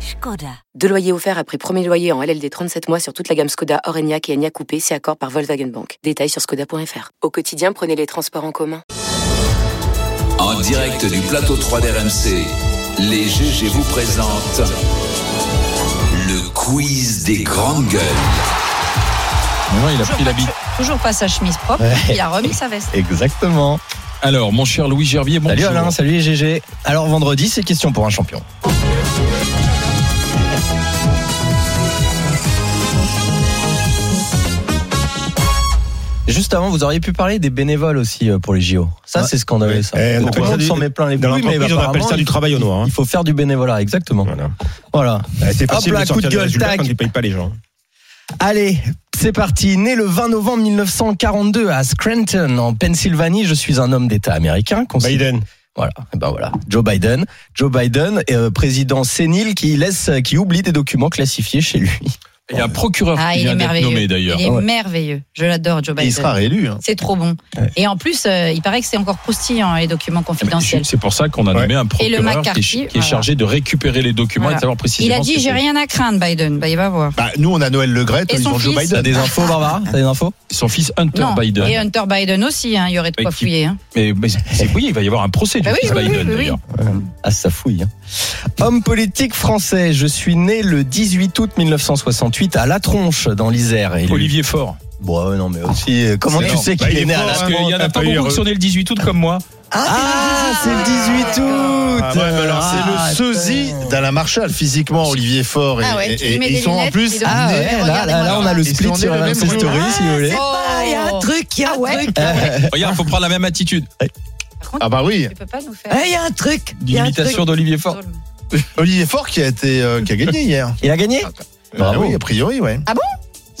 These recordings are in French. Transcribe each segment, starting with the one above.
Skoda. Deux loyers offerts après premier loyer en LLD 37 mois sur toute la gamme Skoda, Orenia et Enya Coupé, c'est accord par Volkswagen Bank. Détails sur skoda.fr. Au quotidien, prenez les transports en commun. En direct du plateau 3 d'RMC, les GG vous présentent le quiz des grandes gueules. Non, il a pris la bite. Toujours pas sa chemise propre, Ouais. il a remis sa veste. Exactement. Alors, mon cher Louis Gerbier, bonjour. Salut Alain, salut les GG. Alors vendredi, c'est question pour un champion. Juste avant, vous auriez pu parler des bénévoles aussi euh, pour les JO. Ça, Ouais. c'est scandaleux, ça. Eh, on Tout appelle le ça monde du- s'en met plein les Dans couilles, mais l'entreprise, on appelle apparemment, ça du il- travail au noir. hein. Il faut faire du bénévolat, exactement. Voilà. Voilà. Bah, Eh, C'est facile Hop là, de sortir coup de des gueule, hein, résultats tac. quand tu payes pas les gens. Allez, c'est parti. Né le 20 novembre 1942 à Scranton, en Pennsylvanie, je suis un homme d'État américain. considéré- Biden. Voilà, eh ben voilà, Joe Biden, Joe Biden, euh, président sénile qui laisse, euh, qui oublie des documents classifiés chez lui. Il y a un procureur Ah, qui il est vient d'être merveilleux. nommé d'ailleurs. Il est Ouais. merveilleux. Je l'adore, Joe Et il sera Biden. réélu. hein. C'est trop bon. Ouais. Et en plus, euh, il paraît que c'est encore croustillant, hein, les documents Ah, Mais confidentiels. C'est pour ça qu'on a Ouais. nommé un procureur le qui, est, McCarthy, qui est voilà. chargé de récupérer les documents Voilà. et de savoir précisément. Il ce a dit que J'ai c'est. rien à craindre, Biden. Bah, il va voir. Bah, nous, on a Noël Le Gret, Et eux, ils son ont Joe fils. T'as Biden. des infos, Barbara T'as des infos Ah. Son fils Hunter non. Biden. Et euh, Hunter Biden aussi, hein, il y aurait de Bah, quoi qui- fouiller. hein. Mais, mais c'est- oui, il va y avoir un procès du Bah oui, fils oui, oui, Biden oui, oui. d'ailleurs. Ah, ça fouille. hein. Homme politique français, je suis né le 18 août 1968 à La Tronche, dans l'Isère. Et lui- Olivier Faure. Bon, ouais, non, mais aussi, euh, comment C'est tu énorme. sais Bah, qu'il il est est né à fort, La hein. Parce Tronche qu'il y en a pas Ah, beaucoup oui, qui sont nés le 18 août comme moi. Ah, c'est le 18 août Ah ouais, mais alors, c'est Ah, le sosie d'Alain Marshall, physiquement, Olivier Fort. Et, Ah ouais, tu lui et- mets et des ils sont en lunettes, plus. ils ont- Ah Ah, ouais, là, là, là, on a le Ils sont split nés sur le RMC même jour. Story, si vous voulez. Ah, pas, il y a un truc, il y a un truc. Regarde, faut prendre la même attitude. Par contre, Ah bah oui, tu peux pas nous faire. Il y a un truc. L'imitation d'Olivier Faure. drôle. Olivier Fort qui a été euh, qui a gagné hier. Il a gagné Bravo. Ah oui, a priori, ouais. Ah bon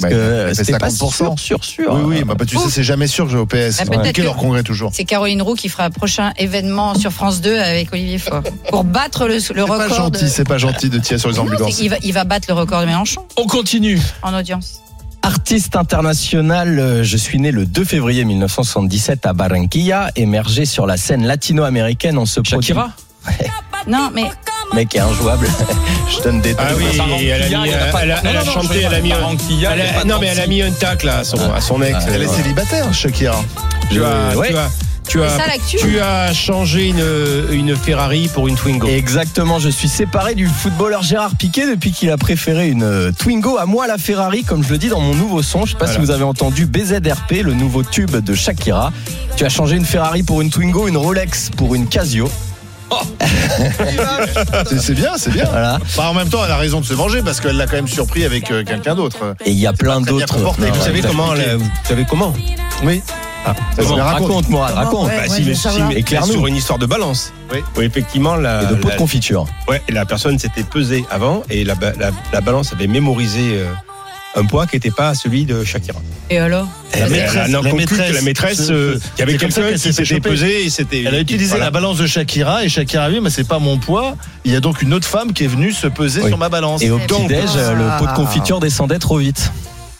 Bah, Parce que, il a fait c'était pas 50%. sûr, sûr, sûr. Ah, Oui, oui, bah, bah, tu sais, c'est jamais sûr que je vais au PS. Bah, C'est peut-être compliqué que- leur congrès toujours. C'est Caroline Roux qui fera un prochain événement sur France 2 avec Olivier Faure. Pour battre le, le C'est pas record. de- gentil, c'est pas gentil de tirer sur les Non, c'est ambulances. qu'il va- il va battre le record de Mélenchon On continue. en audience. Artiste international, euh, je suis né le 2 février 1977 à Barranquilla, émergé sur la scène latino-américaine en se produisant. Shakira. Non, mais Mec est injouable. je donne des Ah oui, Barranquilla, elle a il mis- y en a pas- elle a- Non, elle a non, non, chanté, je elle a vais mis pas un- Barranquilla, elle il y a a- pas Non, de mais elle a Nancy. mis un tac là à son, Ah. à son ex. Elle est célibataire, Shakira. Tu Euh, as, Euh, Ouais. tu as, tu C'est as, ça, l'actu tu as changé une, une Ferrari pour une Twingo. Exactement, je suis séparé du footballeur Gérard Piquet depuis qu'il a préféré une euh, Twingo à moi la Ferrari, comme je le dis dans mon nouveau son. Je sais pas si Voilà. vous avez entendu BZRP, le nouveau tube de Shakira. Tu as changé une Ferrari pour une Twingo, une Rolex pour une Casio. Ah, C'est c'est bien, c'est bien. Voilà. Bah, en même temps, elle a raison de se venger parce qu'elle l'a quand même surpris avec euh, quelqu'un d'autre. Et il y a plein très bien d'autres. comporté, Non, Vous ouais, savez exact- comment elle a- Vous savez comment Oui. Ça, Comment c'est la raconte, raconte. moi, raconte. Ouais, Bah, ouais, si, je mais veux si, savoir. mais Éclaire-nous. sur une histoire de balance. Oui. Où effectivement, la, Et de pots de la- confiture. Ouais, et la personne s'était pesée avant et la, ba- la- la balance avait mémorisé euh, un poids qui n'était pas celui de Shakira. et alors La maîtresse, elle en la conclut que maîtresse, la maîtresse, ce- euh, ce- il y avait c'est comme ça quelqu'un qu'elle qui s'est fait s'était choper. pesé et c'était. Elle a utilisé voilà. la balance de Shakira et Shakira a dit mais c'est pas mon poids. Il y a donc une autre femme qui est venue se peser Oui. sur ma balance. Et au C'est petit-déj, bon. euh, le pot de confiture descendait trop vite.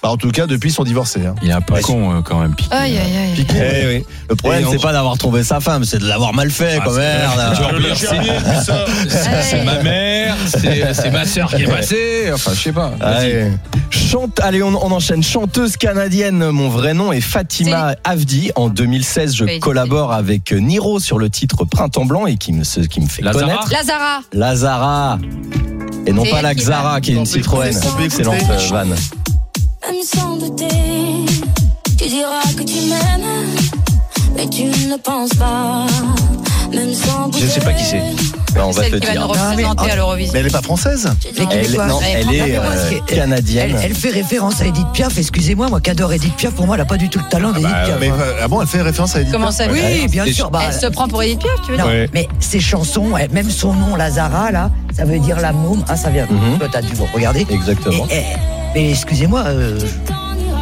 Bah, en tout cas, depuis ils sont divorcés. hein. Il est un peu con euh, quand même. Piqué. Aïe, aïe, aïe. Piqué, ouais. Eh oui. Le problème, Et c'est on- pas d'avoir trouvé sa femme, c'est de l'avoir mal fait, Ah, quand c'est- même. Tu vas oublier, c'est- Aïe. C'est ma mère, c'est c'est ma sœur qui est passée. Enfin, je sais pas. Vas-y. Ouais. Chante, allez, on, on enchaîne. Chanteuse canadienne, mon vrai nom est Fatima Avdi. En 2016, je Félicitations. collabore avec Niro sur le titre Printemps Blanc et qui me, ce qui me fait Lazara. connaître. Lazara Lazara. Et non C'est pas elle la qui Xara, va. qui est une On peut Citroën. écouter, on peut écouter. Excellente euh, vanne. Même sans douter, tu diras que tu m'aimes, mais tu ne penses pas. Même sans Je sais pas qui c'est. Bah, on va te Celle qui va nous dire. représenter à l'Eurovision. Mais elle est pas française. Mais qui- Elle, Québécoise. non, Elle est elle est franco-québécoise euh, qui est- Elle, canadienne. elle fait référence à Edith Piaf, excusez-moi, moi qui adore Edith Piaf, pour moi elle n'a pas du tout le talent d'Edith Bah, Piaf. Mais, euh, ah bon, elle fait référence à Edith. Comment ça Oui, bien sûr. bah, Elle se prend pour Edith Piaf, tu veux non, dire Ouais. mais ses chansons, elle- même son nom, Lazara, là, ça veut dire la môme. Ah, ça vient. Mhm. Toi, t'as dû regarder. eh, Exactement. Et- et- mais excusez-moi, euh,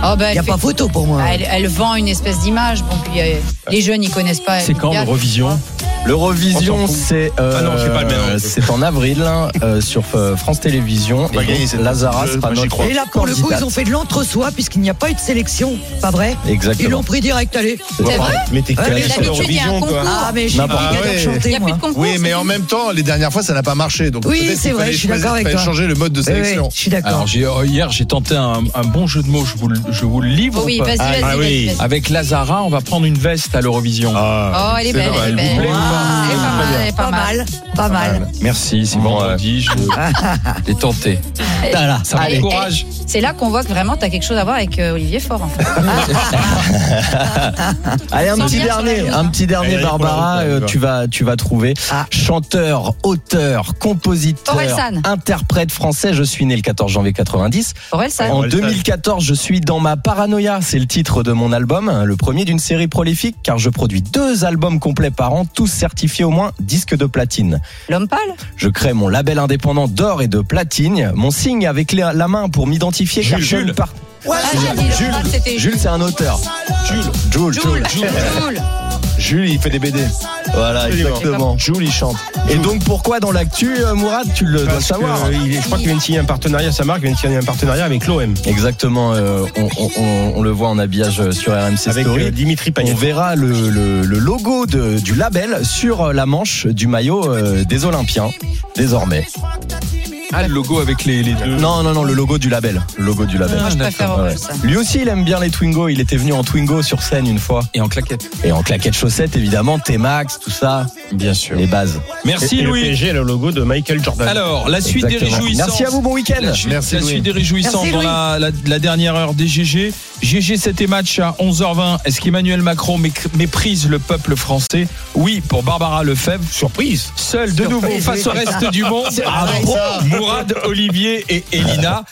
Oh, bah, Il elle n'y a fait- pas photo pour moi. bah, elle, elle vend une espèce d'image. Bon, puis euh, les jeunes, ils connaissent pas. C'est quand Olivia, l'Eurovision L'Eurovision, On s'en fout. c'est euh, Ah non, je sais pas le même. c'est en avril hein, euh, sur euh, France Télévisions. va Et gagner donc, cette- Lazara je- sera moi, j'y notre crois. Et là, pour le coup, ils ont fait de l'entre-soi puisqu'il n'y a pas eu de sélection. Pas vrai Ils Exactement. l'ont pris direct, allez. C'est vrai Mais t'es Ouais, calé mais sur d'habitude, il y a un l'Eurovision, concours. quoi. Ah, mais je suis N'importe pas quoi. capable de Ouais. Il n'y chanter, a plus moi. de concours. Oui, mais c'est en fini. même temps, les dernières fois, ça n'a pas marché. Donc Oui, peut-être c'est qu'il vrai, fallait je suis d'accord choisir- avec fallait toi. changer le mode de Ouais, ouais, sélection. je suis Alors d'accord. j'ai- euh, hier j'ai tenté un, un bon jeu de mots, je vous, le- je vous le livre. Oh oui, ou pas vas-y, vas-y. ah vas-y, oui. vas-y. Avec Lazara, on va prendre une veste à l'Eurovision. Ah. Oh, elle est C'est belle, elle est normal, belle. vous plaît ou Ah, elle est pas mal, elle est Pas mal, pas mal. Merci, c'est bon, vendredi, je l'ai tenté. Voilà. Ça Allez. m'encourage. C'est là qu'on voit que vraiment, tu as quelque chose à voir avec euh, Olivier Faure. en fait. Allez, un Sans petit bien sur la dernier, liste, un hein. petit dernier, Allez, Barbara, allez, euh, va. tu vas, tu vas trouver. Ah. Chanteur, auteur, compositeur, Orelsan. interprète français. Je suis né le 14 janvier 90. Orelsan. En Orelsan. 2014, je suis dans ma paranoïa. C'est le titre de mon album, le premier d'une série prolifique, car je produis deux albums complets par an, tous certifiés au moins disque de platine. L'homme pâle. Je crée mon label indépendant d'or et de platine. Mon signe avec la la main pour m'identifier. car Jules, je ne Jules. par- Ouais, Ah, Jules. j'ai dit l'homme pâle, c'était Jules, c'est un auteur. Jules. Jules. Jules. Jules, il fait des BD. Voilà, exactement. Jules, il chante. Et donc, pourquoi dans l'actu, euh, Mourad Tu le dois Parce que, savoir. euh, il est- je crois qu'il vient de signer un partenariat, sa marque vient de signer un partenariat avec l'OM, Exactement, euh, on, on- on- on le voit en habillage euh, sur RMC avec Story. euh, Dimitri on Payet. verra le, le- le logo de- du label sur euh, la manche du maillot euh, des Olympiens, désormais. Ah, le logo avec les, les deux. Non, non, non, le logo du label. Le logo du label. Moi, Ah, je préfère Ouais. Orelsan. Lui aussi, il aime bien les Twingo. Il était venu en Twingo sur scène une fois. Et en claquette. Et en claquettes chaussettes, évidemment, T-Max, tout ça, Bien sûr. les bases. Merci Et- et Louis. Le PSG a le logo de Michael Jordan. Alors, la suite des Exactement. réjouissances. Merci à vous, bon week-end. La suite, Merci, la Louis. suite des réjouissances Merci, dans la, la- la dernière heure des GG. GG, c'était match à 11h20. Est-ce qu'Emmanuel Macron mé- méprise le peuple français Oui, pour Barbara Lefebvre. Surprise. Seul de nouveau face au reste du monde. Ah, Mourad, Olivier et Elina.